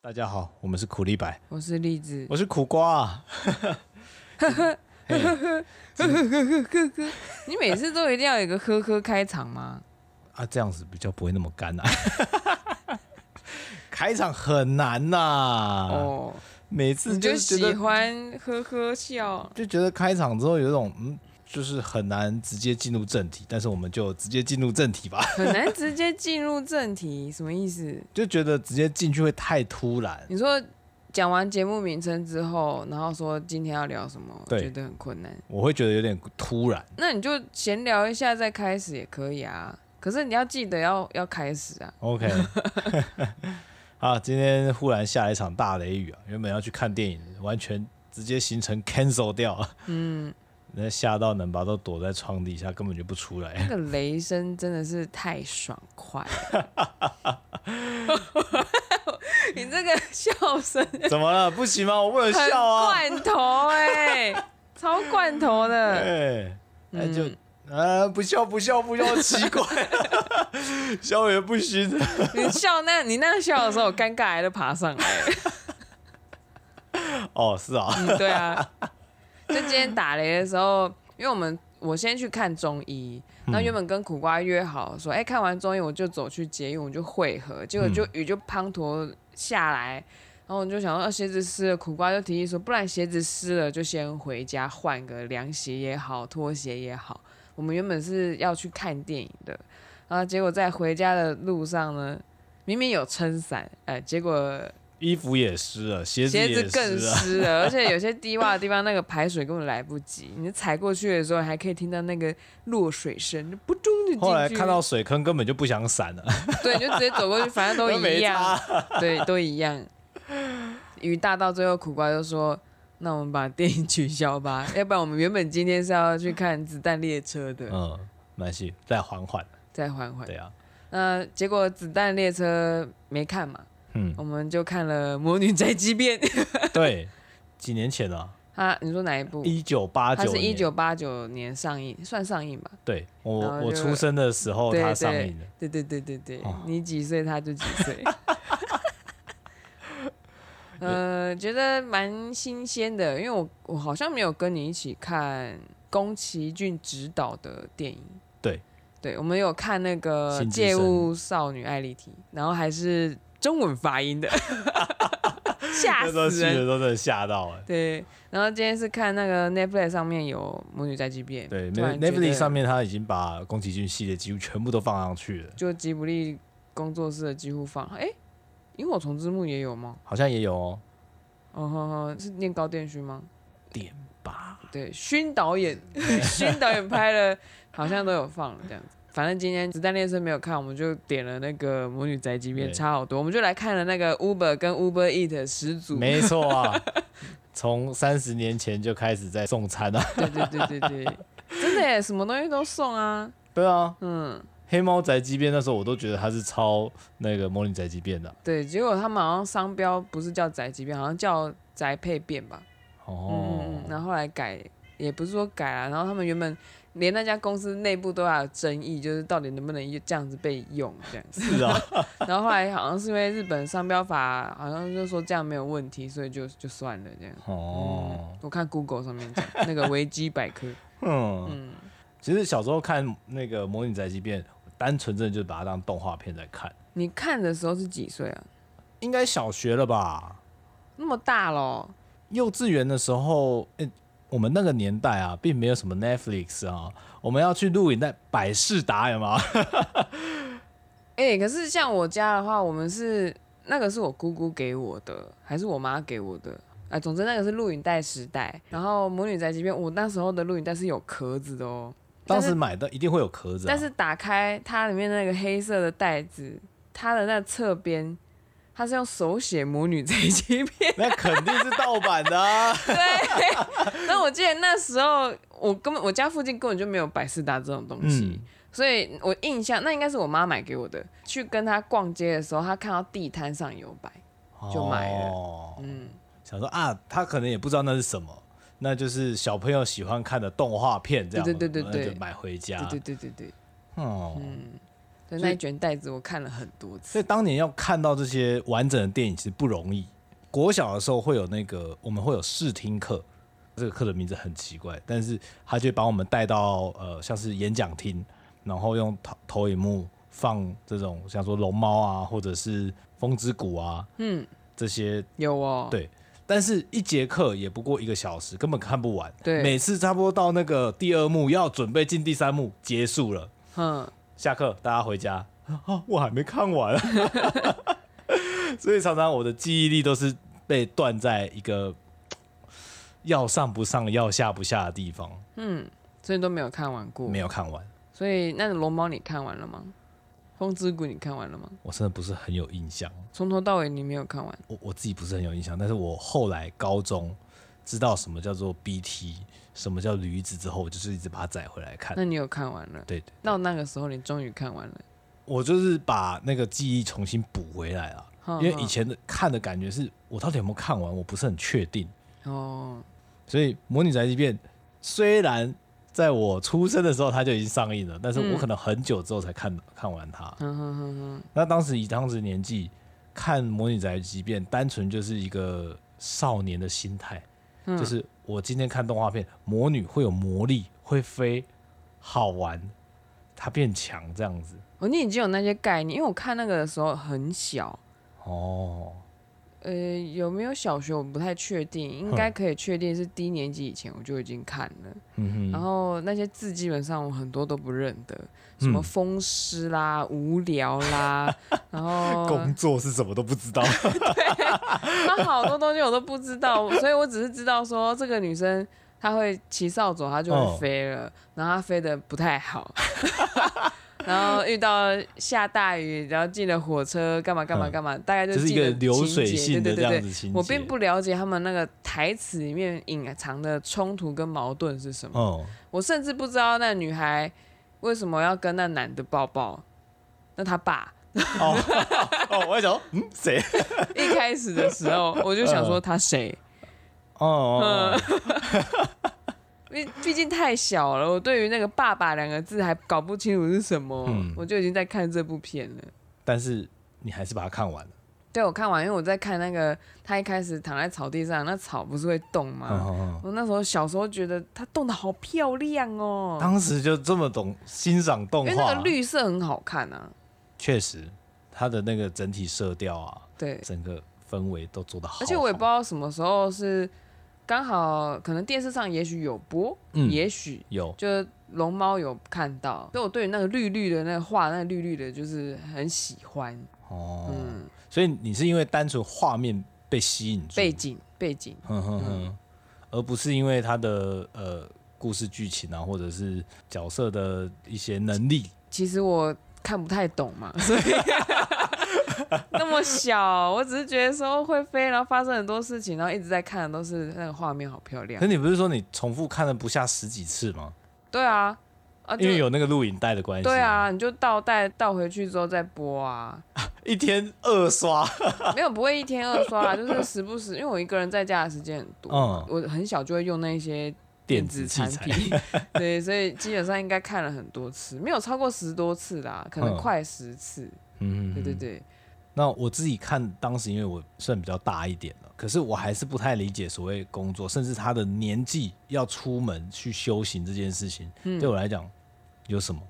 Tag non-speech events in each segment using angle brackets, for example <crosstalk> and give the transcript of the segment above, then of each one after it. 大家好，我们是苦力白，我是栗子，我是苦瓜、啊。你每次都一定要有一个呵呵开场吗？啊，这样子比较不会那么干啊。 <laughs> 开场很难呐、哦，每次你就啊就是喜觉得欢呵呵笑，就觉得开场之后有一种嗯，就是很难直接进入正题，但是我们就直接进入正题吧， <laughs> 很难直接进入正题，什么意思？就觉得直接进去会太突然。你说讲完节目名称之后，然后说今天要聊什么，我对觉得很困难。我会觉得有点突然，那你就闲聊一下再开始也可以啊。可是你要记得要要开始啊， <laughs> OK，好，今天忽然下一场大雷雨啊，原本要去看电影，完全直接行程 cancel 掉啊。嗯，那吓到能把都躲在床底下，根本就不出来。 <laughs> 那个雷声真的是太爽快了。 <laughs> <laughs> 你这个笑声怎么了？不行吗？我不能很笑啊！罐头哎、超罐头 <laughs> 的。哎，那就、嗯呃不笑不笑不笑，<laughs> 奇怪，笑也不行。你笑那，你那样笑的时候，我尴尬癌都爬上来了。哦，是啊，嗯，对啊。就今天打雷的时候，因为我们我先去看中医，然后原本跟苦瓜约好说，哎、看完中医我就走去捷运，我们就汇合，结果就雨就滂沱下来。然后我就想说，啊鞋子湿了，苦瓜就提议说，不然鞋子湿了就先回家换个凉鞋也好，拖鞋也好。我们原本是要去看电影的，然后结果在回家的路上呢，明明有撑伞，哎、结果衣服也湿了，鞋子鞋也啊子更湿了。湿了， <laughs> 而且有些低洼的地方，那个排水根本来不及。你踩过去的时候，还可以听到那个落水声，就扑通就进去。后来看到水坑，根本就不想闪了。 <laughs> 对，你就直接走过去，反正都没一样， <laughs> 对，都一样。雨大到最后，苦瓜就说：“那我们把电影取消吧， <laughs> 要不然我们原本今天是要去看《子弹列车》的，嗯，没关系，再缓缓。再缓缓。对啊，”那结果《子弹列车》没看嘛，嗯，我们就看了《魔女宅急便》 <laughs> 对，几年前啊，啊，你说哪一部？一九八它九，是一九八九年上映，算上映吧。对我然后就我出生的时候对它对上映的，对对对对对，哦你几岁他就几岁。 <laughs> <laughs> 呃，觉得蛮新鲜的，因为我我好像没有跟你一起看宫崎骏执导的电影。对，对，我们有看那个心《之借声物少女艾丽缇》，然后还是中文发音 <laughs> 的，吓那时候死去的人。时候真的吓到哎、对，然后今天是看那个 Netflix 上面有《魔女宅急便》，对突然觉得，Netflix 上面他已经把宫崎骏系列几乎全部都放上去了，就吉卜力工作室的几乎放，哎、萤火虫之墓也有吗？好像也有哦。哦呵呵，是念高电勋吗？点吧，对，勋导演，勋导演拍了，好像都有放了这样子。反正今天《子弹列车》没有看，我们就点了那个《魔女宅急便》，对差好多。我们就来看了那个 Uber 跟 Uber Eat 始祖，没错啊，从三十年前就开始在送餐啊。 <laughs> 对对对对对，真的耶，什么东西都送啊。对啊，嗯，黑猫宅急便那时候我都觉得它是抄那个魔女宅急便的对，结果他们好像商标不是叫宅急便，好像叫宅配便吧。嗯哦嗯，嗯，然后后来改，也不是说改啊，然后他们原本连那家公司内部都还有争议，就是到底能不能这样子被用这样子。 <laughs> 是啊，然后后来好像是因为日本商标法好像就说这样没有问题，所以就就算了这样。哦嗯，，我看 Google 上面讲那个维基百科， <laughs> 嗯嗯，其实小时候看那个《魔女宅急便》，我单纯真的就是把它当动画片在看，你看的时候是几岁啊？应该小学了吧？那么大咯，幼稚园的时候，诶我们那个年代啊，并没有什么 Netflix 啊，我们要去录影带百事达有吗？哎、可是像我家的话，我们是那个是我姑姑给我的，还是我妈给我的？啊，总之那个是录影带时代。然后《魔女宅急便》，我那时候的录影带是有壳子的哦，但当是时买的一定会有壳子、啊，但是打开它里面那个黑色的袋子，它的那侧边，它是用手写《魔女宅急便》。 <laughs> <laughs> 那肯定是盗版的、啊。那我记得那时候我根本我家附近根本就没有百事达这种东西。嗯，所以我印象那应该是我妈买给我的。去跟她逛街的时候，她看到地摊上有摆，就买了哦、嗯，想说啊，他可能也不知道那是什么，那就是小朋友喜欢看的动画片这样，对对对对对啊那就买回家。对对对对对，哦，嗯，的那一卷带子，我看了很多次。所以当年要看到这些完整的电影其实不容易。国小的时候会有那个，我们会有试听课，这个课的名字很奇怪，但是他就把我们带到呃，像是演讲厅，然后用投投影幕放这种像说龙猫啊，或者是风之谷啊，嗯，这些有哦，对，但是一节课也不过一个小时，根本看不完。对每次差不多到那个第二幕要准备进第三幕结束了，嗯，下课大家回家 <laughs> 啊，我还没看完，所以常常我的记忆力都是被断在一个要上不上、要下不下的地方，嗯所以都没有看完过。没有看完，所以那龙猫你看完了吗？风之谷你看完了吗？我真的不是很有印象。从头到尾你没有看完，我我自己不是很有印象，但是我后来高中知道什么叫做 BT，什么叫驴子之后，我就是一直把它载回来看。那你有看完了。对对。到那个时候你终于看完了，我就是把那个记忆重新补回来了，哼因为以前的看的感觉是我到底有没有看完，我不是很确定。哼哦，所以《魔女宅急便》虽然在我出生的时候它就已经上映了，但是我可能很久之后才看看完它。哼嗯哼哼哼，那当时以当时年纪看《魔女宅急便》，单纯就是一个少年的心态，嗯就是我今天看动画片，魔女会有魔力，会飞，好玩，她变强这样子。哦，你已经有那些概念，因为我看那个的时候很小，哦，呃，有没有小学我不太确定，应该可以确定是低年级以前我就已经看了。嗯然哼，后那些字基本上我很多都不认得，什么嗯风湿啦、无聊 <laughs> 啦，然后工作是什么都不知道。他好多东西我都不知道，所以我只是知道说这个女生她会骑扫帚，她就哦会飞了，然后她飞得不太好， <laughs> 然后遇到下大雨，然后进了火车，干嘛干嘛嗯干嘛，大 <laughs> 概就就是一记得个流水情节性的对这对样对对。子情节。我并不了解他们那个台词里面隐藏的冲突跟矛盾是什么，嗯，我甚至不知道那女孩为什么要跟那男的抱抱，那他爸。哦哦，我在想说，嗯，谁？一开始的时候我就嗯想说他谁，哦嗯哦，哦毕毕竟太小了，我对于那个“爸爸”两个字还搞不清楚是什么，嗯我就已经在看这部片了。但是你还是把它看完了。对，我看完，因为我在看那个他一开始躺在草地上，那草不是会动吗？嗯嗯嗯我那时候小时候觉得它动的好漂亮哦，当时就这么懂欣赏动因为那画啊个，绿色很好看啊。确实，它的那个整体色调啊，对，整个氛围都做得好好。而且我也不知道什么时候是刚好，可能电视上也许有播，嗯也许有，就是龙猫有看到，所以我对于那个绿绿的那个画，那个绿绿的，就是很喜欢。哦，嗯所以你是因为单纯画面被吸引住，背景背景，哼哼哼，而不是因为它的呃故事剧情啊，或者是角色的一些能力。其实我看不太懂嘛， <laughs> 所以那么小，我只是觉得说会飞，然后发生很多事情，然后一直在看的都是那个画面好漂亮可。你不是说你重复看了不下十几次吗？对啊，啊因就为有那个录影带的关系。对，啊，你就倒带倒回去之后再播啊，一天二刷。 <laughs> 没有不会一天二刷啦，就是时不时，因为我一个人在家的时间很多，嗯我很小就会用那些。电电子子器产材品， <laughs> 对，所以基本上应该看了很多次，没有超过十多次啦，可能嗯快十次。嗯，对对。对， <laughs> 那我自己看，当时因为我算比较大一点了，可是我还是不太理解所谓工作，甚至他的年纪要出门去修行这件事情，对我来讲有什么？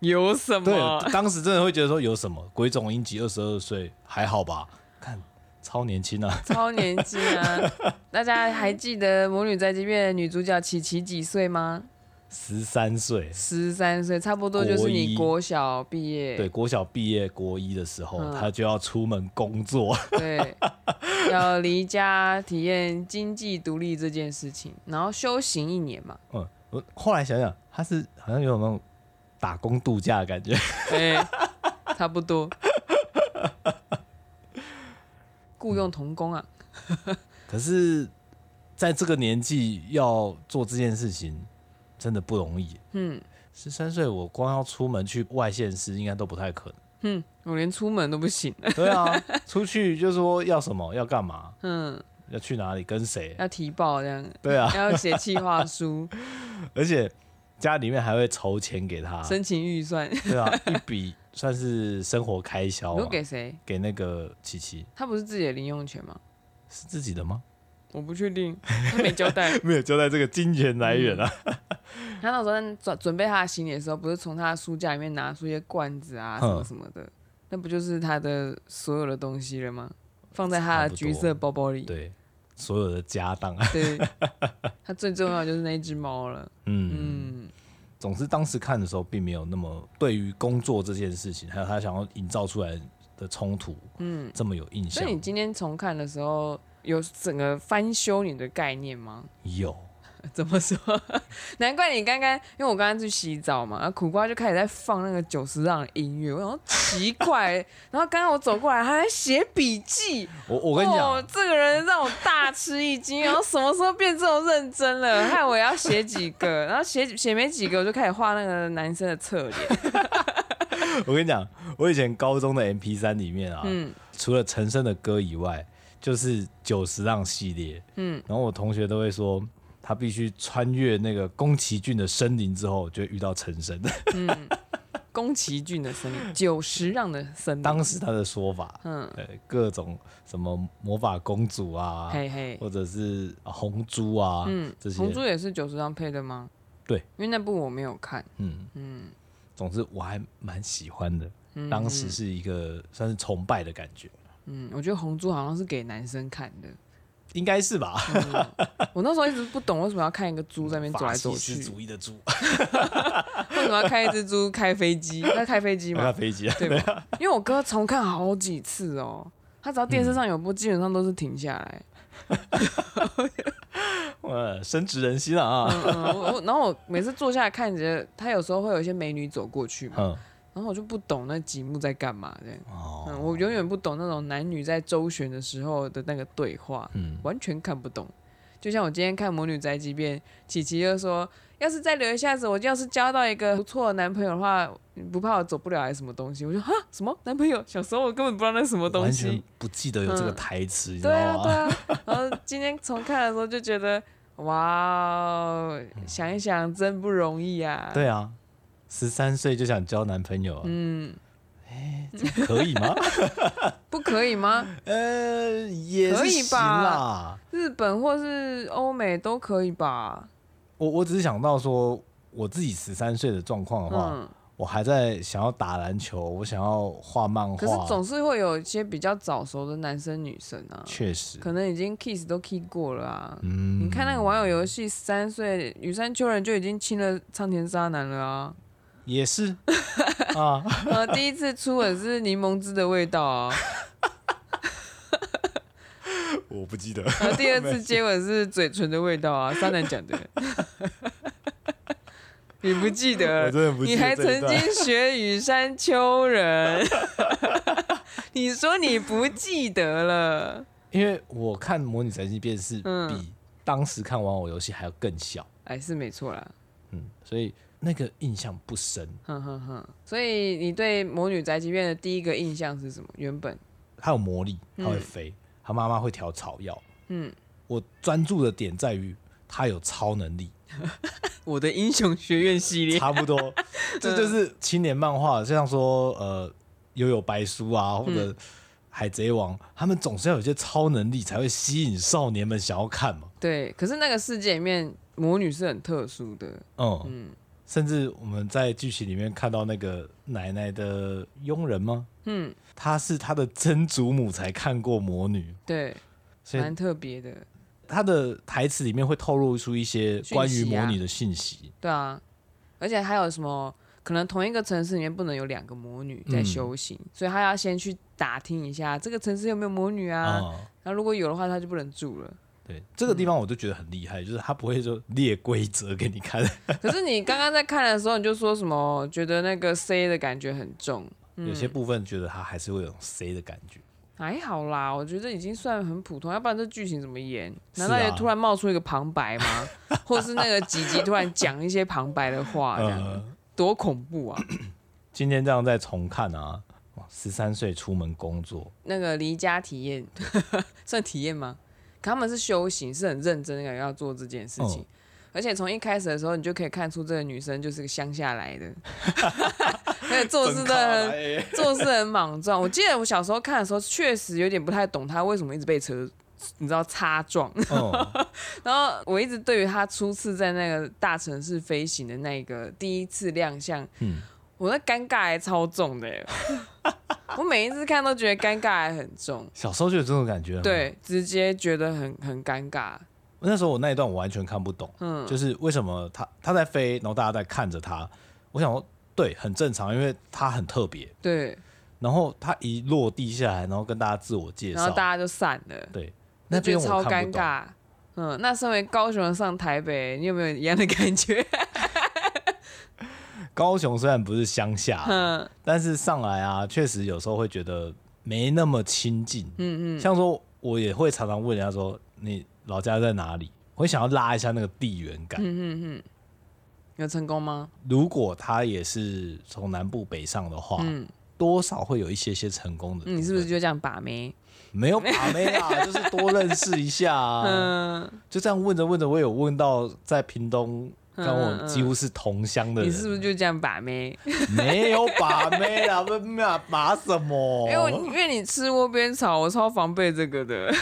有什么？对， <laughs> 当时真的会觉得说有什么？鬼冢英吉二十二岁，还好吧？看超年轻啊！ <laughs> 超年轻啊！大家还记得《魔女宅急便》的女主角琪琪几岁吗？十三岁，十三岁，差不多就是你国国小毕业。对，国小毕业国一的时候，嗯他就要出门工作，对要离家体验经济独立这件事情，然后修行一年嘛。嗯，我后来想想，他是好像有那种打工度假的感觉。哎、差不多。雇佣童工啊，可是，在这个年纪要做这件事情，真的不容易。嗯十三岁，我光要出门去外县市，应该都不太可能。哼，我连出门都不行。对 <laughs> 啊，出去就说要什么，要干嘛，嗯，要去哪里，跟谁。要提报这样，对啊，要写企划 <laughs> 书，而且家里面还会筹钱给他，申请预算。对啊，一笔算是生活开销如果啊，给谁？给那个琪琪他不是自己的零用钱吗？是自己的吗？我不确定，他没交 <laughs> 代。没有交代这个金钱来源啊。他那时候在准准备他的行李的时候，不是从他的书架里面拿出一些罐子啊什么嗯什么的，那不就是他的所有的东西了吗？放在他差的不多橘色包包里。对，所有的家当，啊对，他最重要的就是那一只猫了。嗯，嗯，总之当时看的时候，并没有那么对于工作这件事情，还有他想要营造出来的冲突，嗯，这么有印所象以。你今天重看的时候，有整个翻修你的概念吗？ <laughs> 有，怎么说？ <laughs> 难怪你刚刚，因为我刚刚去洗澡嘛，然后苦瓜就开始在放那个九十让的音乐，我 <laughs> 想说奇怪。然后刚刚我走过来，他在写笔记。我我跟你哦讲，，这个人让我大吃一惊，然后什么时候变这么认真了？害我也要写几个，然后写写没几个，我就开始画那个男生的侧脸。我跟你讲，我以前高中的 M P 三里面啊，嗯除了陈升的歌以外，就是九十浪系列。嗯，然后我同学都会说，他必须穿越那个宫崎骏的森林之后，就会遇到陈升。嗯宫崎骏的森林，九十让的森林。 <laughs> 当时他的说法，嗯，呃，各种什么魔法公主啊，嘿嘿，或者是红猪啊，嗯这，些红猪也是九十让配的吗？对，因为那部我没有看。嗯嗯，总之我还蛮喜欢的。嗯当时是一个算是崇拜的感觉，嗯，我觉得红猪好像是给男生看 <laughs> 的。应该是吧？我那时候一直不懂为什么要看一个猪在那边走来走法西去斯，主义的猪，为什么要开一只猪开飞 <laughs> 机？那开飞机吗那？飞 <laughs> 机啊，对吧？因为我哥重看好几次哦，他只要电视上有播，基本上都是停下来。呃，深植人心了啊。嗯嗯，我我然后我每次坐下来看着他，有时候会有一些美女走过去嘛，嗯，然后我就不懂那几幕在干嘛这样。哦，嗯，我永远不懂那种男女在周旋的时候的那个对话，嗯完全看不懂。就像我今天看《魔女宅急便》，琪琪就说：“要是再留一下子，我要是交到一个不错的男朋友的话，你不怕我走不了还是什么东西？”我就哈什么男朋友？小时候我根本不知道那是什么东完西，全不记得有这个台词，你知道 <laughs> 对啊，对吗？啊。然后今天重看的时候就觉得，哇哦，想一想真不容易啊。，对啊，十三岁就想交男朋友啊，嗯，可以 <laughs> 吗？不可以吗？呃，也可是以行吧啦。日本或是欧美都可以吧？我我只是想到说，我自己十三岁的状况的话，嗯，我还在想要打篮球，我想要画漫画。可是总是会有一些比较早熟的男生女生啊，确实，可能已经 kiss 都 kiss 过了啊。嗯你看那个网友游戏，三岁羽山秋人就已经亲了苍田沙男了 <laughs> 啊！<laughs> 也是啊，呃，第一次初吻是柠檬汁的味道啊， <laughs> 我不记得。然呃后第二次接吻是嘴唇的味道啊，沙男讲的。 <laughs> 你不记得我真的不呃记你得还这一曾段经学羽山丘 <laughs> 人，你说你不记得了？因为我看《模拟宅急便》是嗯比当时看《玩偶游戏》还要更小，哎，是没错啦，嗯，所以那个印象不深。哼哼哼。所以你对《魔女宅急便》的第一个印象是什么？原本，它有魔力，它会嗯飞，它妈妈会调草药。嗯，我专注的点在于它有超能力，我的英雄学院系列，差不多，嗯这就是青年漫画，就像说呃《悠悠白书》啊，或嗯者《海贼王》，他们总是要有一些超能力才会吸引少年们想要看嘛。 <laughs> 对。可是那个世界里面，魔女是很特殊的，嗯，嗯甚至我们在剧情里面看到那个奶奶的佣人吗？嗯，她是她的曾祖母才看过魔女，对，所以蛮特别的，她的台词里面会透露出一些关于魔女的信息。对啊。而且还有什么？可能同一个城市里面不能有两个魔女在嗯修行，所以他要先去打听一下这个城市有没有魔女啊。啊、然后如果有的话，他就不能住了。对，这个地方我就觉得很厉害，就是他不会说列规则给你看，可是你刚刚在看的时候，你就说什么觉得那个 C 的感觉很重，有嗯些部分觉得他还是会有种 C 的感觉。还好啦，我觉得已经算很普通，要不然这剧情怎么演？是啊难道也突然冒出一个旁白吗？<laughs> 或是那个几集突然讲一些旁白的话，这样呃，多恐怖啊！今天这样再重看啊，十三岁出门工作，那个离家体验 <laughs> 算体验吗？可他们是修行，是很认真的要做这件事情。嗯 <laughs> 而且从一开始的时候，你就可以看出这个女生就是个乡下来的，而且做事真真卡的很来做事很莽撞。我记得我小时候看的时候，确实有点不太懂他为什么一直被车，你知道擦撞。哦，然后我一直对于他初次在那个大城市飞行的那个第一次亮相，嗯我那尴尬还超重的 <laughs> 耶。我每一次看都觉得尴尬还很重，小时候就有这种感觉。，对，直接觉得很很尴尬。那时候我那一段我完全看不懂，嗯，就是为什么他他在飞，然后大家在看着他，我想说对，很正常，因为他很特别。对，然后他一落地下来，然后跟大家自我介然后绍，大家就散了，对，我那觉边得我超看尴不懂。尬。嗯，那身为高雄人上台北，你有没有一样的感 <laughs> 觉？高雄虽然不是乡下，啊嗯但是上来啊，确实有时候会觉得没那么亲近。嗯嗯，像说我也会常常问人家说你老家在哪里，我会想要拉一下那个地缘感。嗯嗯嗯，有成功吗？如果他也是从南部北上的话，嗯，多少会有一些些成功的部分。你是不是就这样把妹？没有把妹 <laughs> 啦？就是多认识一下、啊。嗯，就这样问着问着，我有问到在屏东跟嗯嗯我嗯几乎是同乡的你人，是 <laughs> 不是就这样把妹？哦没有把妹啦？不把把什么？因哎为我因为你吃窝边草，我超防备这个的，，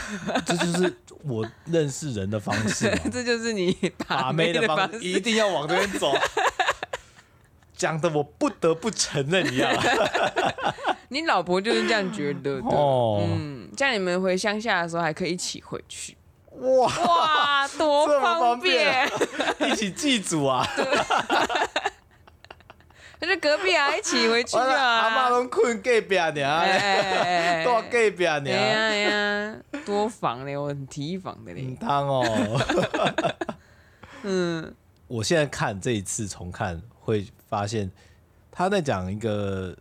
这就是我认识人的方式嘛 <laughs> 这就是你把把妹妹的方方式一定要往这边走， <laughs> 讲的我不得不承认一样。 <laughs> 啊你老婆就是这样觉得的。哦嗯，这样你们回乡下的时候还可以一起回去。哇，哇，多这么方方便啊便！一起祭祖啊！那就隔壁啊，一起回去完了，啊。 <laughs> 阿妈拢困隔壁哎娘，哎哎哎都隔壁哎呀娘，哎呀，多防嘞，我很提防的唔嘞。当哦。 <laughs> 嗯，我现在看这一次重看，会发现他在讲一个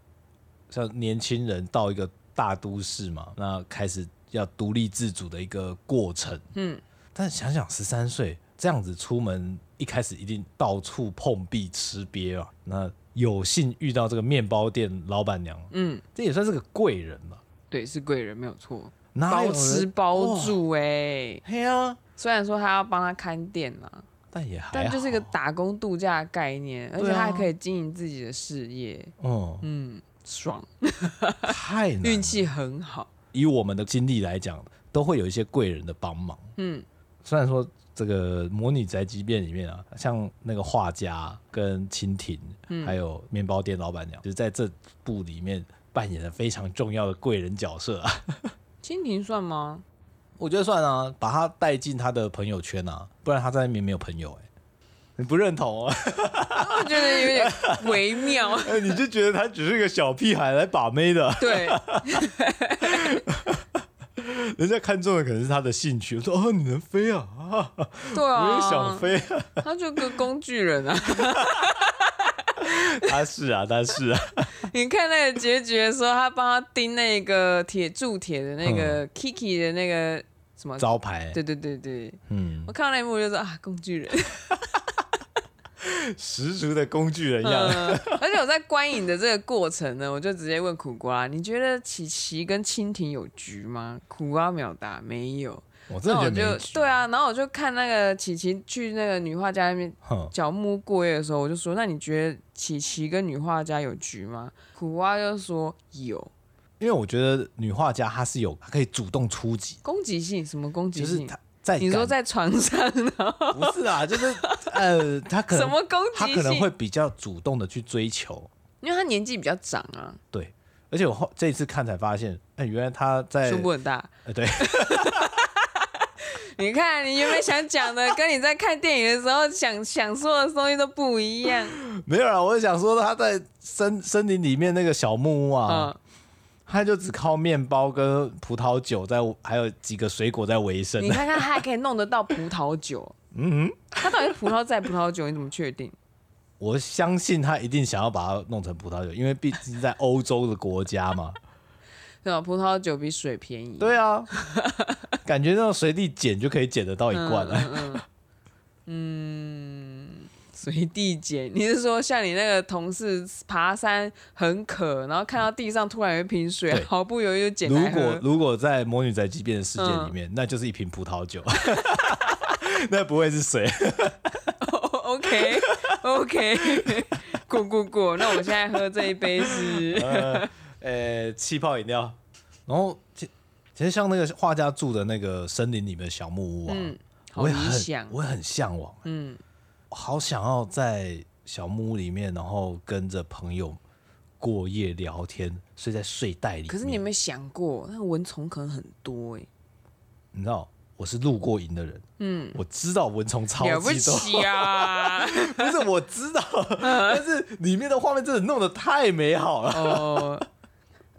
像年轻人到一个大都市嘛，那开始要独立自主的一个过程。嗯，但想想十三岁这样子出门，一开始一定到处碰壁吃瘪啊。那有幸遇到这个面包店老板娘，嗯，这也算是个贵人吧？对，是贵人没有错，哪有包人吃包？哇住哎、嘿啊，虽然说他要帮他看店啦，但也还好但就是一个打工度假的概念，而且对啊他还可以经营自己的事业，嗯，嗯，爽，太难了运气很好，以我们的经历来讲，都会有一些贵人的帮忙。嗯，虽然说这个模拟宅急便里面啊，像那个画家跟蜻蜓，还有面包店老板娘，就是在这部里面扮演了非常重要的贵人角色啊。蜻蜓算吗？ <laughs> 我觉得算啊，把他带进他的朋友圈啊，不然他在那边没有朋友哎、你不认同 <laughs> 啊？我觉得有点微 <laughs> 妙，哎你就觉得他只是个小屁孩来把妹的，对， <laughs> 人家看中的可能是他的兴趣。我说哦，你能飞 <laughs> 啊？啊对啊，我也想，飞啊。他就个工具人啊。 <laughs> <laughs> 他是啊，他是啊。 <laughs> 你看那个结局的时候，他帮他钉那个铁铸铁的那嗯个 Kiki 的那个什么？招牌，对对对对，嗯，我看到那一幕我就说啊，工具人。十足的工具人样。嗯， <laughs> 而且我在观影的这个过程呢，我就直接问苦瓜，你觉得琪琪跟蜻蜓有局吗？苦瓜秒答没有，我真然后我的觉就得没对啊，然后我就看那个琪琪去那个女画家那边哼，角木过夜的时候，我就说，那你觉得琪琪跟女画家有局吗？苦瓜就说有因为我觉得女画家她是有她可以主动出击，攻击性，什么攻击就是性？她在你说感在床上然后 <laughs> 不是啦，就是呃，她可什能么攻她击可能会性？比较主动的去追求，因为他年纪比较长啊，对。而且我后这一次看才发现，哎、原来她在胸部很大。呃对 <laughs> 你看，你原本想讲的，跟你在看电影的时候 <laughs> 想想说的东西都不一样。没有啦，我是想说她在森森林里面那个小木屋啊，嗯，她就只靠面包跟葡萄酒在还有几个水果在维生你。看看他还可以弄得到葡萄酒，嗯哼，他到底是葡萄在葡萄酒，你怎么确定？我相信她一定想要把它弄成葡萄酒，因为毕竟在欧洲的国家嘛。对吧？葡萄酒比水便宜。对啊，感觉那种随地捡就可以捡得到一嗯，罐了。嗯嗯嗯嗯，随地捡。你是说像你那个同事爬山很渴，然后看到地上突然有一瓶水，对毫不犹豫就捡如来果喝？如果在魔女宅急便的事件里面，那就是一瓶葡萄酒， <laughs> 那不会是水。？Oh, OK <laughs> OK，过过过。那我现在喝这一杯是，呃， <laughs> 呃，气泡饮料。然后其其实像那个画家住的那个森林里面的小木屋啊，嗯，好我理也很想，我也很向往，嗯，好想要在小木屋里面，然后跟着朋友过夜聊天，睡在睡袋里面。可是你有没有想过，那蚊虫可能很多哎、你知道我是路过营的人，嗯，我知道蚊虫超了不级多，起啊！ <laughs> <laughs> 不是我知道，但是里面的画面真的弄得太美好了。哦，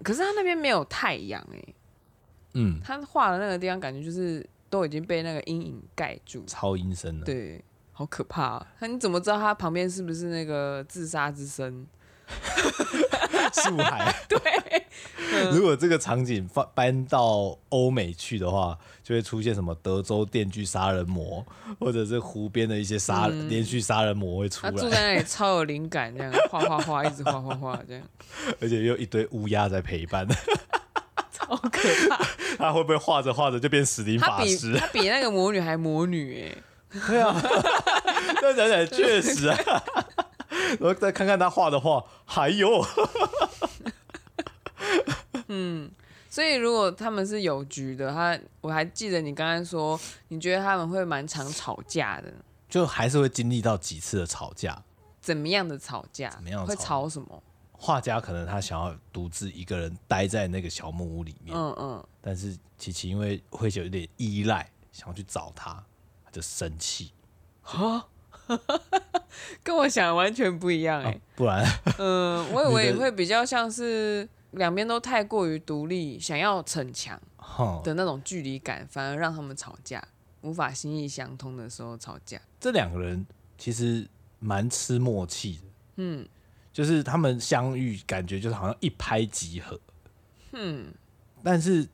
可是他那边没有太阳哎、嗯，他画的那个地方感觉就是都已经被那个阴影盖住，超阴森的，对，好可怕、啊。那你怎么知道他旁边是不是那个自杀之 <laughs> 声？树海。对，如果这个场景放搬到欧美去的话，就会出现什么德州电锯杀人魔，或者是湖边的一些杀、嗯连续杀人魔会出 <laughs> 他住来，在那里超有灵感，这样画画画，一直画画画，这样而且又一堆乌鸦在陪伴。 <laughs> 好可怕。 <laughs> 他会不会画着画着就变死灵他 <laughs> 法比师？他比那个魔女还魔女哎、对啊， <laughs> 这样讲 <laughs> 起来确实啊。 <laughs> 然后再看看他画的画，还有 <laughs> 所以如果他们是有局的，他我还记得你刚刚说，你觉得他们会蛮常吵架的，就还是会经历到几次的吵架。怎么样的吵架？么样的会吵吵什么？画家可能他想要独自一个人待在那个小木屋里面，嗯嗯，但是琪琪因为会有点依赖，想要去找他，他就生气，嗯 <laughs> 跟我想的完全不一样哎、啊不然 <laughs> <laughs> 嗯，我以你为的会比较像是两边都太过于独立，想要逞强哼，的那种距离感，反而让他们吵架，无法心意相通的时候吵架。这两个人其实蛮吃默契的，嗯，就是他们相遇感觉就是好像一拍即合，嗯，但是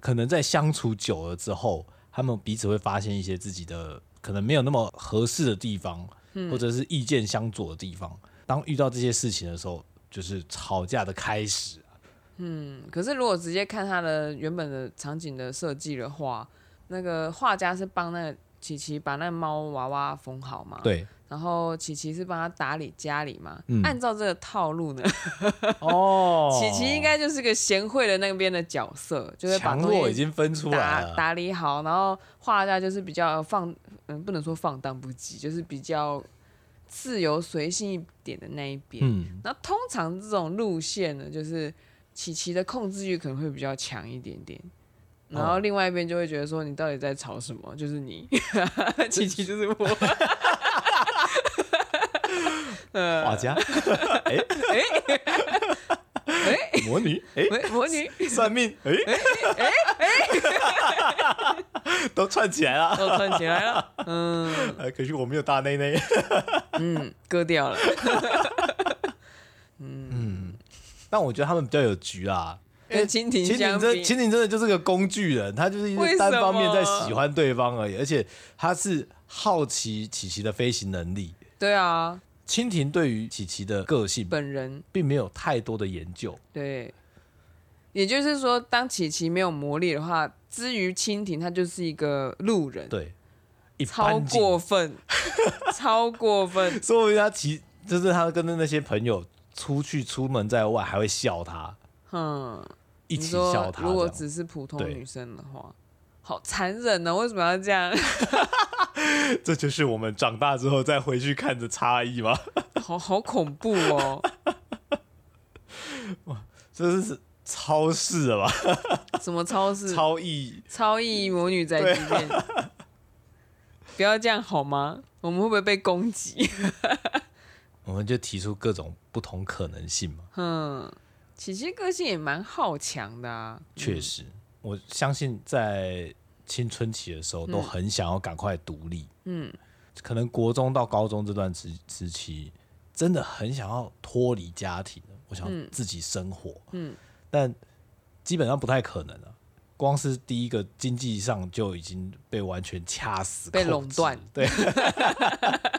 可能在相处久了之后，他们彼此会发现一些自己的可能没有那么合适的地方，或者是意见相左的地方。当遇到这些事情的时候，就是吵架的开始。啊嗯，可是如果直接看他的原本的场景的设计的话，那个画家是帮那个琪琪把那猫娃娃缝好嘛？。对，然后琪琪是帮他打理家里嘛？嗯按照这个套路呢，哦，琪琪应该就是个贤惠的那边的角色，就会把强东弱西已经分出来打了，打理好，然后画家就是比较放，嗯，不能说放荡不羁，就是比较自由随性一点的那一边。嗯，那通常这种路线呢，就是琪琪的控制欲可能会比较强一点点，然后另外一边就会觉得说你到底在吵什么？就是 <laughs> 你，琪琪就是我。呃画 <laughs> 家，哎 <laughs> 哎，魔女，哎。喂魔女，算命，哎哎 <laughs> <laughs> 哎，都串起来了。我串起来 <laughs> 了，嗯哎，可惜我没有大内内。嗯，割掉了。但我觉得他们比较有局啦。跟 <laughs> 蜻蜓秦相岭比真，，秦岭真的就是个工具人，他就是一为直什单方面在么喜欢对方而已，而且他是好奇琪琪的飞行能力。对啊，蜻蜓对于琪琪的个性本人并没有太多的研究，对，也就是说，当琪琪没有魔力的话，至于蜻蜓，它就是一个路人，对，一超般进过 <laughs> 分，超过分，说不定他其就是他跟那些朋友出去出门在外还会笑他，嗯，一你起说笑他这样。如果只是普通对女生的话，好残忍哦呢、为什么要这样？ <laughs> 这就是我们长大之后再回去看的差异吗？好好恐怖哦！ <laughs> 这是超市了吧？什么超市超异超异魔女宅急便， <laughs> 不要这样好吗？我们会不会被攻击？我们就提出各种不同可能性嘛。嗯，琪琪个性也蛮好强的啊，确实，我相信在青春期的时候嗯都很想要赶快独立。嗯，可能国中到高中这段时时期，真的很想要脱离家庭，我想自己生活。嗯，但基本上不太可能了、光是第一个经济上就已经被完全掐死，被控垄制断。对， <laughs>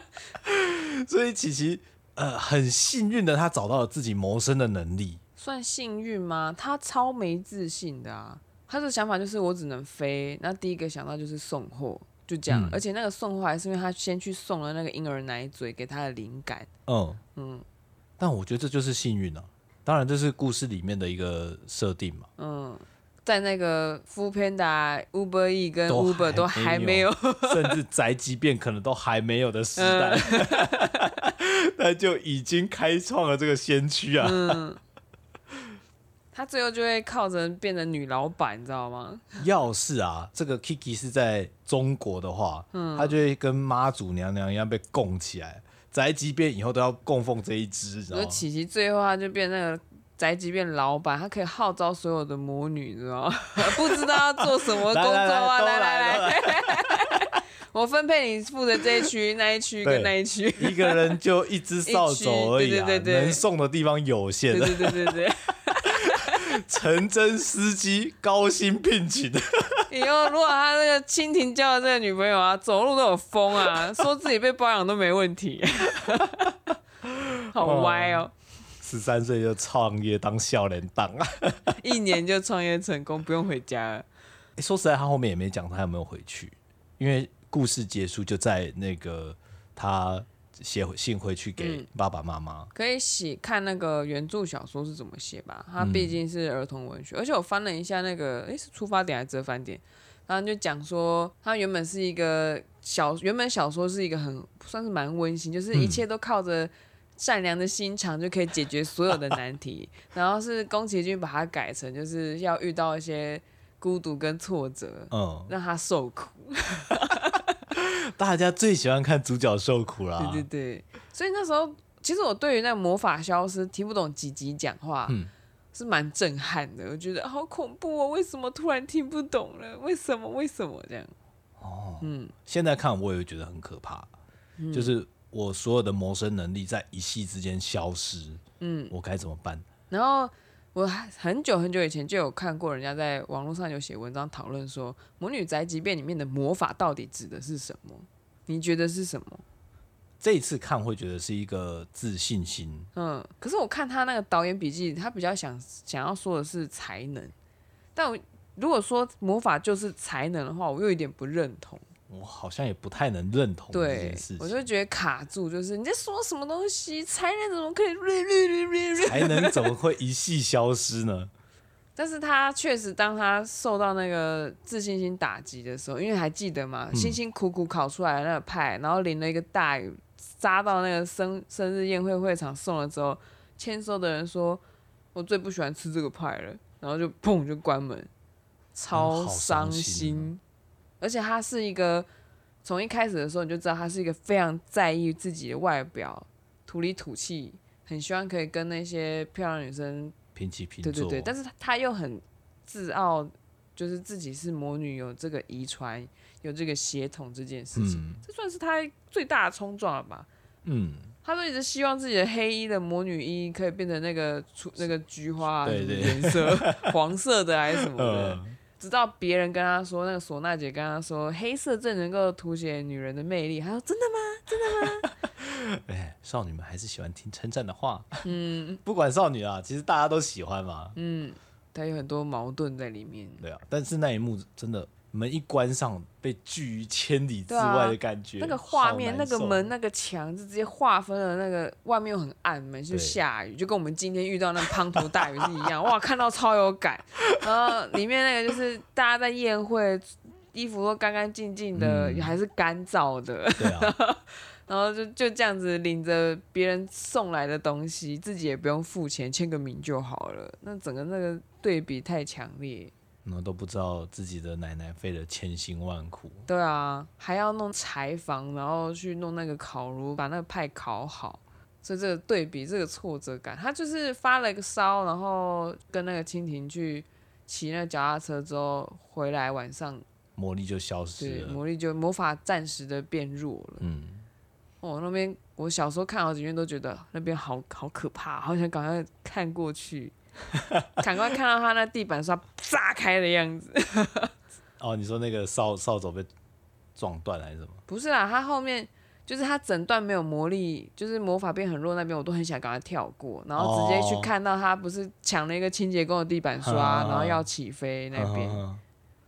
所以琪琪呃很幸运的，她找到了自己谋生的能力。算幸运吗？他超没自信的啊！他的想法就是我只能飞，那第一个想到就是送货，就这样。嗯而且那个送货还是因为他先去送了那个婴儿奶嘴给他的灵感，嗯，但我觉得这就是幸运啊。当然，这是故事里面的一个设定嘛，在那个 Food Panda、Uber E 跟都 Uber 都还还没没有有，甚至宅急便可能都还没有的时嗯代， <laughs> 那就已经开创了这个先驱啊。嗯他最后就会靠着变成女老板，你知道吗？ <laughs> 要是啊，这个 Kiki 是在中国的话，嗯他就会跟妈祖娘娘一样被供起来，宅急便以后都要供奉这一只，你知你道啊说吗？琪琪最后他就变那个宅急便老板，他可以号召所有的魔女，你知道吗？ <laughs> 不知道要做什么工作啊， <laughs> 来来来来都来来来，我分配你负责这一区、那一区对跟那一区。一个人就一只扫帚而已 <laughs> 一啊，只对对对对能送的地方有 <laughs> 限对，对对对对，成真司机高薪聘请，以后如果他那个蜻蜓教的这个女朋友啊，走路都有风啊， <laughs> 说自己被包养都没问题， <laughs> 好歪哦！十三岁就创业当笑脸党啊！一年就创业成功，不用回家了。欸说实在，他后面也没讲他有没有回去，因为故事结束就在那个他写信回去给嗯爸爸妈妈。可以写看那个原著小说是怎么写吧，它毕竟是儿童文学，而且我翻了一下那个，诶，是出发点还是折返点，然后就讲说，它原本是一个小，原本小说是一个很算是蛮温馨，就是一切都靠着善良的心肠就可以解决所有的难题， <laughs> 然后是宫崎骏把它改成就是要遇到一些孤独跟挫折，嗯，让他受苦，大家最喜欢看主角受苦啦。嗯对对对，所以那时候其实我对于那个魔法消失听不懂几集讲话，嗯是蛮震撼的。我觉得好恐怖哦，为什么突然听不懂了？为什么？为什么这样？现在看我也觉得很可怕，嗯就是我所有的谋生能力在一夕之间消失。嗯，我该怎么办？然后我还很久很久以前就有看过人家在网络上有写文章讨论说，《魔女宅急便》里面的魔法到底指的是什么？你觉得是什么？这一次看会觉得是一个自信心，嗯，可是我看他那个导演笔记，他比较想想要说的是才能，但我如果说魔法就是才能的话，我又有点不认同。我好像也不太能认同这对件事，我就情。觉得卡住，就是你在说什么东西，才能怎么可以 <laughs> 略略略略 <laughs> 略？才能怎么会一夕消失呢？但是他确实，当他受到那个自信心打击的时候，因为还记得嘛，嗯辛辛苦苦烤出来的那个派，然后淋了一个大雨，扎到那个生生日宴会会场送了之后，签收的人说：“我最不喜欢吃这个派了。”然后就砰就关门，超哦好伤伤心啊心。而且他是一个从一开始的时候你就知道他是一个非常在意自己的外表，土里土气，很希望可以跟那些漂亮女生平起平对坐。对对，但是他他又很自傲，就是自己是魔女，有这个遗传，有这个血统这件事情，嗯这算是他最大的冲撞了吧？嗯，他都一直希望自己的黑衣的魔女衣可以变成那个出那个菊花、啊、对什么对颜色黄色的还是什么的，呃， <laughs> 直到别人跟他说，那个唢呐姐跟他说，黑色最能够凸显女人的魅力，他说真的吗？哎，少女们还是喜欢听称赞的话。嗯， <laughs> 不管少女啊，其实大家都喜欢嘛。嗯他有很多矛盾在里面。对啊，但是那一幕真的门一关上，被拒于千里之对啊外的感觉，那个画面、好那难个受啊门、那啊个墙，就直接划分了那个外面又很暗，门就对下雨，就跟我们今天遇到那滂沱大雨是一样。哇，看到超有感。然后里面那个就是大家在宴会，衣服都干干净净的，嗯还是干燥的，对啊，然后就就这样子领着别人送来的东西，自己也不用付钱，签个名就好了。那整个那个对比太强烈。然后都不知道自己的奶奶费了千辛万苦。对啊，还要弄柴房，然后去弄那个烤炉，把那个派烤好。所以这个对比，这个挫折感，他就是发了一个烧，然后跟那个蜻蜓去骑那个脚踏车之后回来，晚上魔力就消失对了，魔力就魔法暂时的变弱了。嗯，哦，那边我小时候看好几遍都觉得那边好好可怕，好想赶快看过去， <laughs> 赶快看到他那地板刷炸开的样子。哦，你说那个扫扫帚被撞断还是什么？不是啦，他后面就是他整段没有魔力，就是魔法变很弱那边，我都很想赶快跳过，然后直接去看到他不是抢了一个清洁工的地板 <laughs> 刷，嗯然后要起飞那边，嗯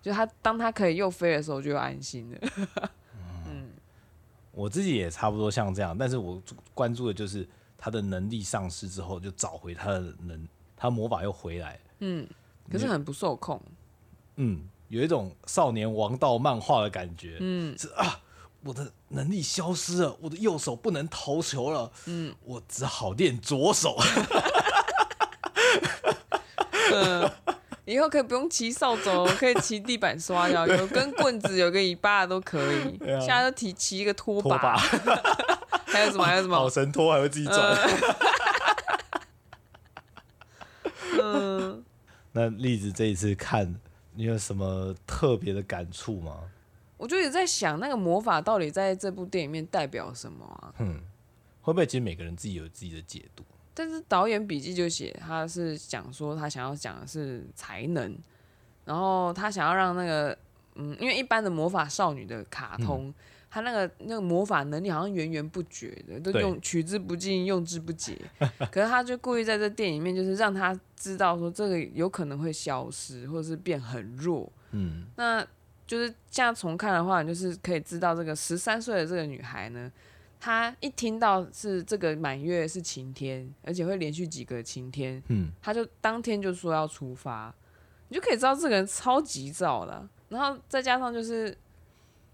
就他当他可以又飞的时候，我就又安心了。我自己也差不多像这样，但是我注关注的就是他的能力丧失之后，就找回他的能，他魔法又回来了。可是很不受控。 <laughs> 嗯，有一种少年王道漫画的感觉。嗯，是啊，我的能力消失了，我的右手不能投球了。嗯，我只好练左手。以后可以不用骑扫帚，哦可以骑地板刷呀，有根棍子，有个尾巴都可以。 <laughs> 对啊现在都提骑一个拖拖把把， <laughs> 还有什么？还有什好么？神拖还会自己转。呃 <laughs> 嗯，那栗子这一次看，你有什么特别的感触吗？我就一直在想，那个魔法到底在这部电影里面代表什么啊？会不会其实每个人自己有自己的解读？但是导演笔记就写，他是讲说他想要讲的是才能，然后他想要让那个，嗯，因为一般的魔法少女的卡通，嗯他那个那个魔法能力好像源源不绝的，都对用取之不尽，用之不竭。 <laughs> 可是他就故意在这电影里面，就是让他知道说这个有可能会消失，或者是变很弱。嗯，那就是这样重看的话，你就是可以知道这个十三岁的这个女孩呢，她一听到是这个满月是晴天，而且会连续几个晴天，嗯，她就当天就说要出发，你就可以知道这个人超急躁了。然后再加上就是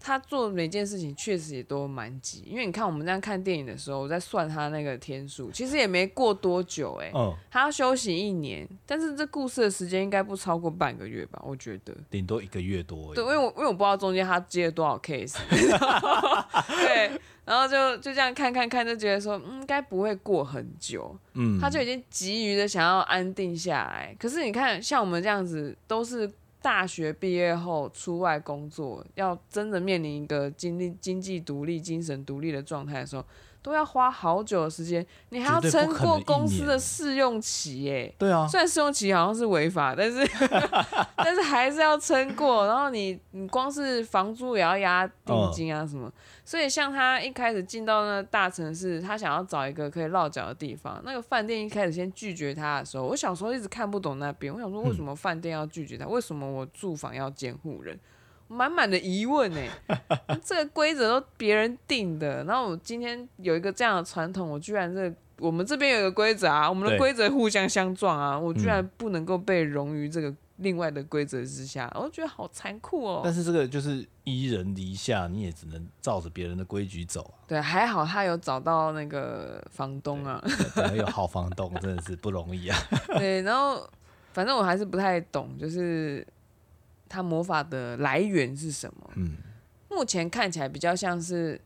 她做每件事情确实也都蛮急，因为你看我们这样看电影的时候，我在算她那个天数，其实也没过多久哎、欸哦，她要休息一年，但是这故事的时间应该不超过半个月吧，我觉得。顶多一个月多而已。对，因为我因为我不知道中间他接了多少 case，对，然后就就这样看看看，就觉得说，嗯，应该不会过很久，嗯，他就已经急于的想要安定下来。可是你看，像我们这样子，都是大学毕业后出外工作，要真的面临一个经历经济独立、精神独立的状态的时候，都要花好久的时间，你还要绝对撑不可能过一公司年的试用期耶、对啊，虽然试用期好像是违法，但是 <laughs> 但是还是要撑过。然后你你光是房租也要压定金啊什嗯么，所以像他一开始进到那大城市，他想要找一个可以落脚的地方。那个饭店一开始先拒绝他的时候，我小时候一直看不懂那边，我想说为什么饭店要拒绝他？嗯为什么我住房要监护人？满满的疑问呢、这个规则都别人定的，然后我今天有一个这样的传统，我居然这我们这边有一个规则啊，我们的对规则互相相撞啊，我居然不能够被融于这个另外的规则之下，我觉得好残酷 <laughs> 哦。但是这个就是依人篱下，你也只能照着别人的规矩走啊。对，还好他有找到那个房东啊，可能有好房 <laughs> 东真的是不容易啊。 <laughs> 对，然后反正我还是不太懂，就是他魔法的来源是什么。嗯，目前看起来比较像是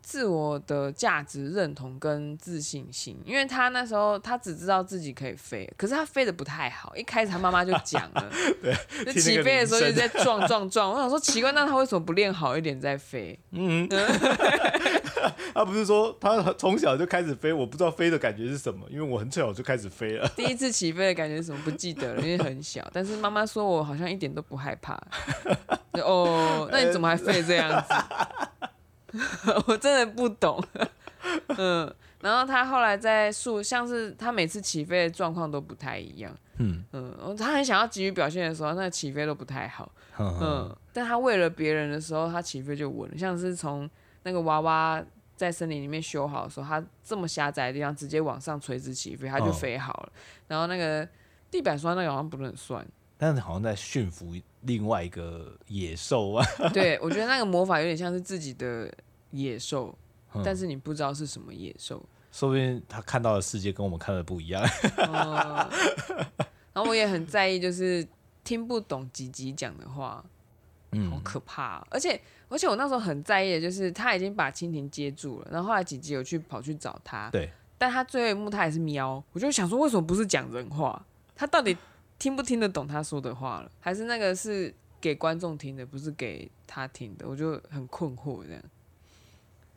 自我的价值认同跟自信心，因为他那时候他只知道自己可以飞，可是他飞的不太好。一开始他妈妈就讲 <laughs> 了，就听那起个飞的铃时候一直在声撞撞撞。我想说奇怪，那他为什么不练好一点再飞？嗯，他不是说他从小就开始飞，我不知道飞的感觉是什么，因为我很小就开始飞了。第一次起飞的感觉是什么不记得了，因为很小。但是妈妈说我好像一点都不害怕。就哦，那你怎么还废这样子？ <laughs> 我真的不懂。 <laughs> 嗯，然后他后来在树，像是他每次起飞的状况都不太一样。嗯嗯，他很想要急于表现的时候，那个起飞都不太好。 <laughs> 嗯嗯，但他为了别人的时候，他起飞就稳了，像是从那个娃娃在森林里面修好的时候，他这么狭窄的地方直接往上垂直起飞，他就哦飞好了。然后那个地板刷那个好像不能 <laughs> 算，但是好像在驯服另外一个野兽 <laughs> 啊。对我觉得那个魔法有点像是自己的野兽，嗯但是你不知道是什么野兽。说不定他看到的世界跟我们看的不 <laughs> 一样。嗯，然后我也很在意，就是听不懂吉吉讲的话，好嗯，可怕啊、而且而且我那时候很在意的就是，他已经把蜻蜓接住了，然后后来吉吉有去跑去找他，对，但他最后一幕他也是喵，我就想说为什么不是讲人话？他到底听不听得懂他说的话了？还是那个是给观众听的，不是给他听的？我就很困惑这样。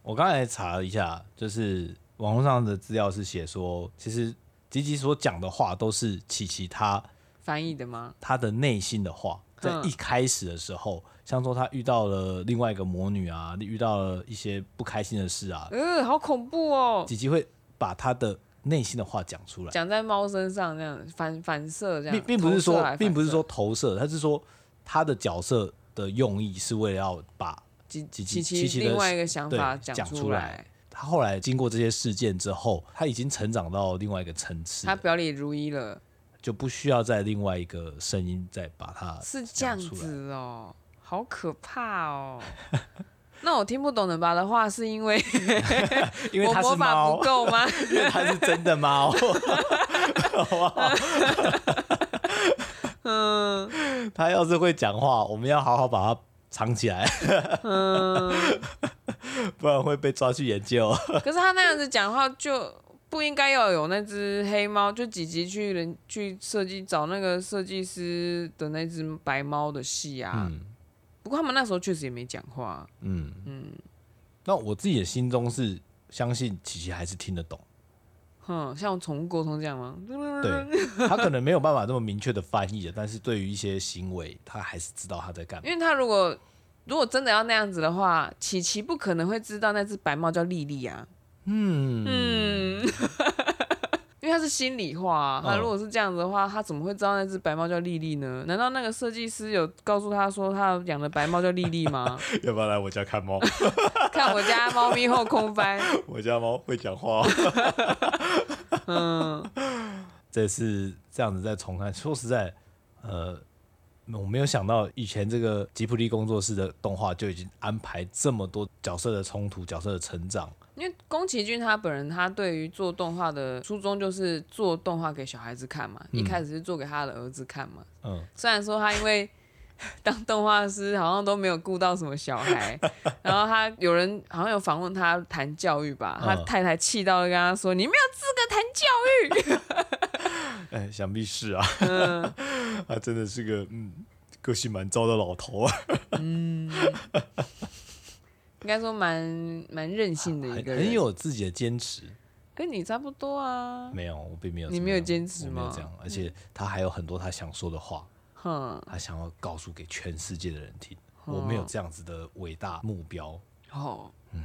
我刚才查了一下，就是网络上的资料是写说，其实吉吉所讲的话都是琪琪他翻译的吗？他的内心的话，在嗯一开始的时候，像说他遇到了另外一个魔女啊，遇到了一些不开心的事啊，呃，好恐怖哦！吉吉会把他的内心的话讲出来，讲在猫身上这样反反射这样，并并不投是射啊说还反射并不是说投射，他是说他的角色的用意是为了要把琪琪琪琪琪琪的另外一个想法对讲出出来他后来经过这些事件之后，他已经成长到另外一个层次他了，表里如一了，就不需要再另外一个声音再把他是这啊讲样出来。子哦，好可怕哦。 <laughs> 那我听不懂能拔的话，是因为因为我它是魔法猫不，够吗？因为它是真的猫，嗯它要是会讲话，我们要好好把它藏起来，嗯，不然会被抓去研究。可是他那样子讲话就不应该要有那只黑猫，就几集去人去设计找那个设计师的那只白猫的戏啊。嗯不过他们那时候确实也没讲话，嗯嗯。那我自己的心中是相信琪琪还是听得懂，哼，像宠物沟通这样吗？对他可能没有办法这么明确的翻译，但是对于一些行为，他还是知道他在干嘛因。为他如果如果真的要那样子的话，琪琪不可能会知道那只白猫叫莉莉啊。嗯嗯，因为他是心里话、啊。他嗯如果是这样子的话，他怎么会知道那只白猫叫莉莉呢？难道那个设计师有告诉他说他养的白猫叫莉莉吗？ <laughs> 要不要来我家看猫？看我家猫咪后空翻，我家猫会讲话、哦 <laughs> 嗯，这次这样子再重看，说实在，呃，我没有想到以前这个吉普力工作室的动画就已经安排这么多角色的冲突、角色的成长。因为宫崎骏他本人他对于做动画的初衷就是做动画给小孩子看嘛，一开始是做给他的儿子看嘛，嗯，虽然说他因为 <laughs> 当动画师好像都没有顾到什么小 <laughs> 孩，然后他有人好像有访问他谈教育吧，他嗯太太气到了跟他说：“你没有资格谈教哎、想必是啊， <laughs> 他真的是个嗯个性蛮糟的老头啊，育。”应该说蛮蛮任性的一很个人，很有自己的坚持。跟你差不多啊。没有，我并没有你这么没有样坚持我没有吗这样，而且他还有很多他想说的话，哼，他想要告诉给全世界的人听。我没有这样子的伟大目标，哦，嗯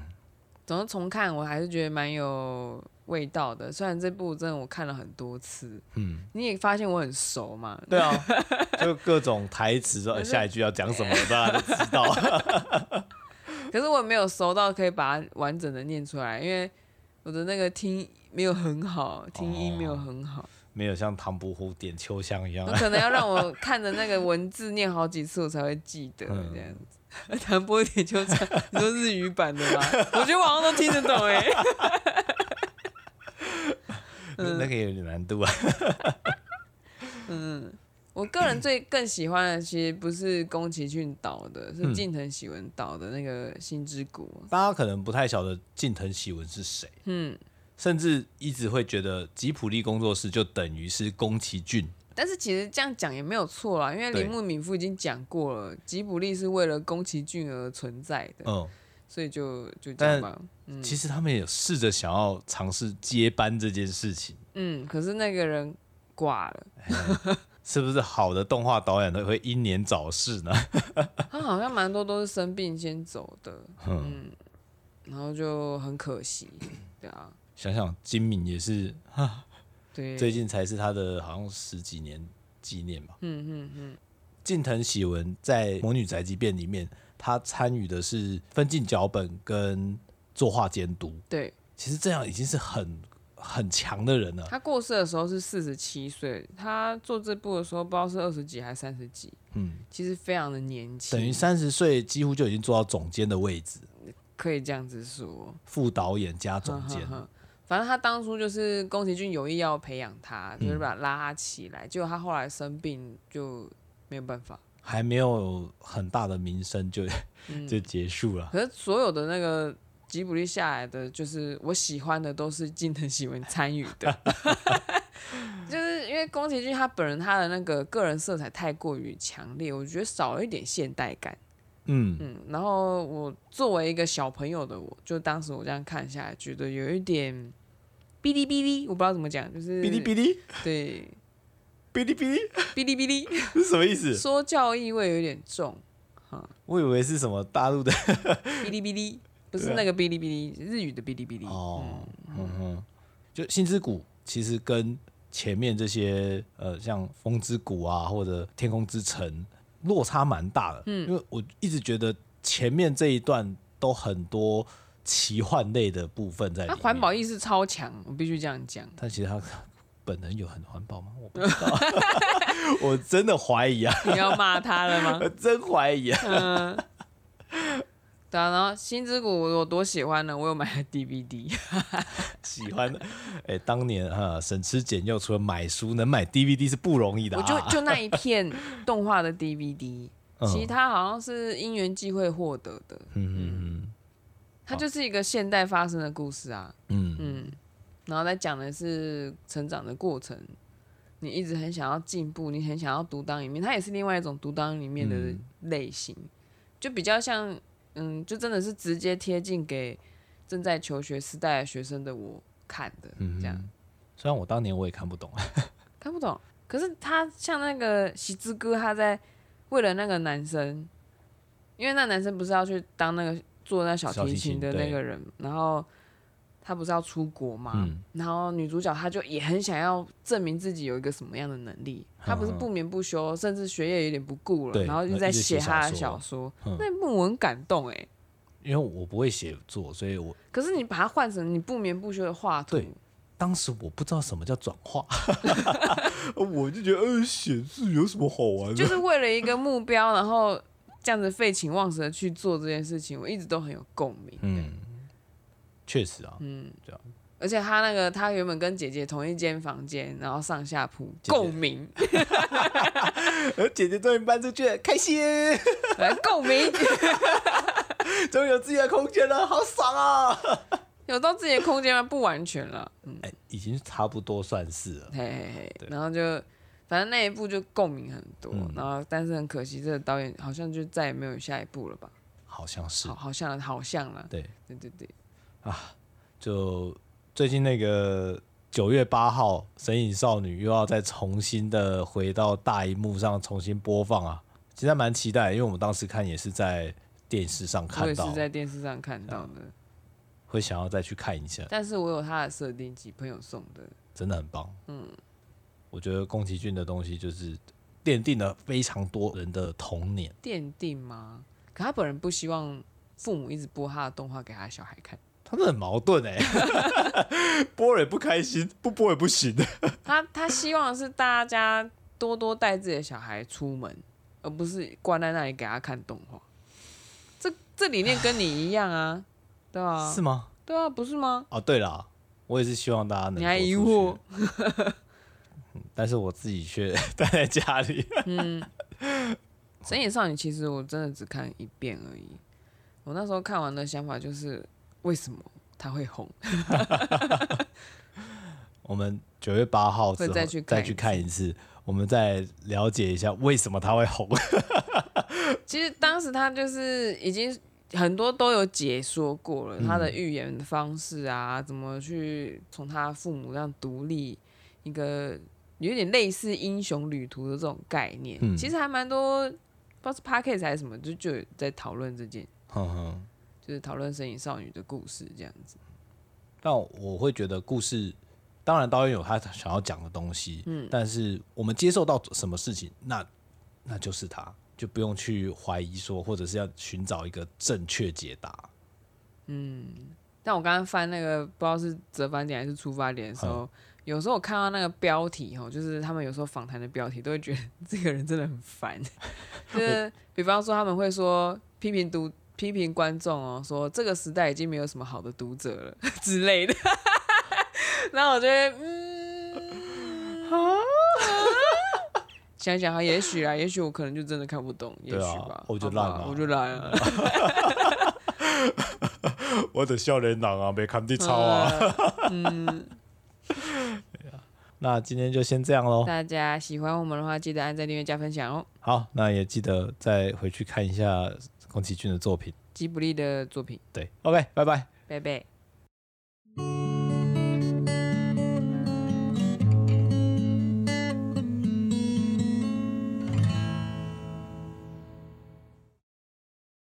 总之重看我还是觉得蛮有味道的，虽然这部真的我看了很多次，嗯，你也发现我很熟嘛，对啊， <laughs> 就各种台词说呃下一句要讲什么，大家都知道。 <laughs> 可是我也没有熟到可以把它完整的念出来，因为我的那个听没有很好，听音没有很好，没有像唐伯虎点秋香一样我，可能要让我看着那个文字念好几次，我才会记得嗯这样子。 <laughs> 弹拨点就唱，你说日语版的 <laughs> 吗？我觉得网上都听得懂哎、 <laughs> 那个有点难度啊。我个人最更喜欢的其实不是宫崎骏导的，是嗯近藤喜文导的那个《心之谷》。大家可能不太晓得近藤喜文是谁，嗯，甚至一直会觉得吉普力工作室就等于是宫崎骏。但是其实这样讲也没有错啦，因为对铃木敏夫已经讲过了，吉卜力是为了宫崎骏而存在的。嗯，所以就就这样但吧。其实他们也有试着想要尝试接班这件事情，嗯，可是那个人挂了，是不是好的动画导演都会英年早逝呢？ <laughs> 他好像蛮多都是生病先走的， <laughs> 嗯，然后就很可惜，对啊，想想金敏也是对，最近才是他的好像十几年纪念吧。嗯嗯嗯。近藤喜文在《魔女宅急便》里面，他参与的是分镜脚本跟作画监督。对其实这样已经是很很强的人了。他过世的时候是四十七岁，他做这部的时候不知道是二十几还是三十几，嗯，其实非常的年轻，等于三十岁几乎就已经做到总监的位置，可以这样子说，副导演加总监哼。哼哼反正他当初就是宫崎骏有意要培养他，嗯就是把他拉他起来，结果他后来生病就没有办法。还没有很大的名声就 <laughs> 嗯就结束了，可是所有的那个吉卜力下来的，就是我喜欢的都是近藤喜文参与的， <laughs> 就是因为宫崎骏他本人他的那个个人色彩太过于强烈，我觉得少了一点现代感。嗯，嗯，然后我作为一个小朋友的我，就当时我这样看下来，觉得有一点哔哩哔哩，我不知道怎么讲，就是哔哩哔哩，对哔哩哔哩哔哩哔哩是什么意思？说教意味有点重，我以为是什么大陆的哔哩哔哩不是那个哔哩哔哩，日语的哔哩哔哩。啊哦，嗯哼，就星之谷其实跟前面这些呃，像风之谷啊或者天空之城落差蛮大的，嗯，因为我一直觉得前面这一段都很多奇幻类的部分在里他面。环保意识超强，我必须这样讲。但其实他本人有很环保吗？我不知道， <laughs> 我真的怀疑啊，你要骂他了吗？ <laughs> 我真怀疑啊。对啊，然后《星之谷》我多喜欢呢，我有买了 <laughs> DVD，喜欢，哎、当年啊，省吃俭用，除了买书，能买 DVD 是不容易的、我啊。就就那一片动画的 DVD，嗯其他好像是因缘际会获得的。嗯嗯它就是一个现代发生的故事啊，嗯嗯，嗯，然后再讲的是成长的过程，你一直很想要进步，你很想要独当一面，它也是另外一种独当一面的类型，就比较像，嗯，就真的是直接贴近给正在求学时代的学生的我看的，这样虽然我当年我也看不懂，看不懂，可是他像那个喜之哥，他在为了那个男生，因为那男生不是要去当那个做那小小提提琴琴的那对个人，然后他不是要出国嘛，嗯然后女主角她就也很想要证明自己有一个什么样的能力，她不是嗯嗯不眠不休，甚至学业有点不顾了，对然后那就一在直写写她的小小说，嗯那一幕我很感动哎、因为我不会写作，所以我可是你把它换成你不眠不休的画图对，当时我不知道什么叫转化， <laughs> 我就觉得呃，写字有什么好 <laughs> 玩就的？是为了一个目标，然后这样子废寝忘食的去做这件事情，我一直都很有共鸣。嗯，确实啊，而且他那个，他原本跟姐姐同一间房间，然后上下铺，姐姐共鸣， <laughs> 呃姐姐终于搬出去了，开心，来哎共鸣， <laughs> 终于有自己的空间了，好爽啊！有到自己的空间吗？不完全了，嗯，哎、已经差不多算是了。嘿嘿嘿。然后就，反正那一部就共鸣很多，嗯然后但是很可惜，这个导演好像就再也没有下一部了吧？好像是好，，好像了，好像了，对，对对对，就最近那个九月八号，《神隐少女》又要再重新的回到大荧幕上重新播放啊，其实还蛮期待，因为我们当时看也是在电视上我也看是到，嗯在电视上看到的，会想要再去看一下，但是我有他的设定集，朋友送的，真的很棒。嗯，我觉得宫崎骏的东西就是奠定了非常多人的童年。奠定吗？可他本人不希望父母一直播他的动画给他小孩看，他们很矛盾 <laughs> 哎、播了也不开心，不播也不行。他他希望是大家多多带自己的小孩出门，而不是关在那里给他看动画。这这理念跟你一样啊，对啊是，吗？对啊，不是吗？哦，对啦，我也是希望大家能你还多疑出惑去？嗯但是我自己却 <laughs> 待在家里。 《神隐少女》其实我真的只看一遍而已。我那时候看完的想法就是，为什么他会红？我们九月八号之会后再去看再去看一次，我们再了解一下为什么它会红。 <laughs> 其实当时他就是已经很多都有解说过了，他的预言的方式啊，怎么去从他父母那样独立，一个有点类似英雄旅途的这种概念，嗯其实还蛮多，不知道是 p a c k a g e 还是什么，就就有在讨论这件，哼哼，就是讨论《神隐少女》的故事这样子。但我会觉得故事，当然导演有他想要讲的东西，嗯，但是我们接受到什么事情，那那就是他，就不用去怀疑说，或者是要寻找一个正确解答。但我刚刚翻那个不知道是折返点还是出发点的时嗯候，有时候我看到那个标题哦，就是他们有时候访谈的标题，都会觉得 <laughs> 这个人真的很烦。就是比方说他们会说批评读批评观众哦，说这个时代已经没有什么好的读者了 <laughs> 之类的。然后我就会嗯， <laughs> 想一想哈，也许啊，也许我可能就真的看不懂，也对啊许吧，我就好吧烂啊我就烂啊。 <laughs> 我的笑脸郎啊，没看地超！呃 <laughs> 那今天就先这样喽。大家喜欢我们的话，记得按赞、订阅、加分享哦。好，那也记得再回去看一下宫崎骏的作品。吉卜力的作品。对，OK，拜拜。拜拜。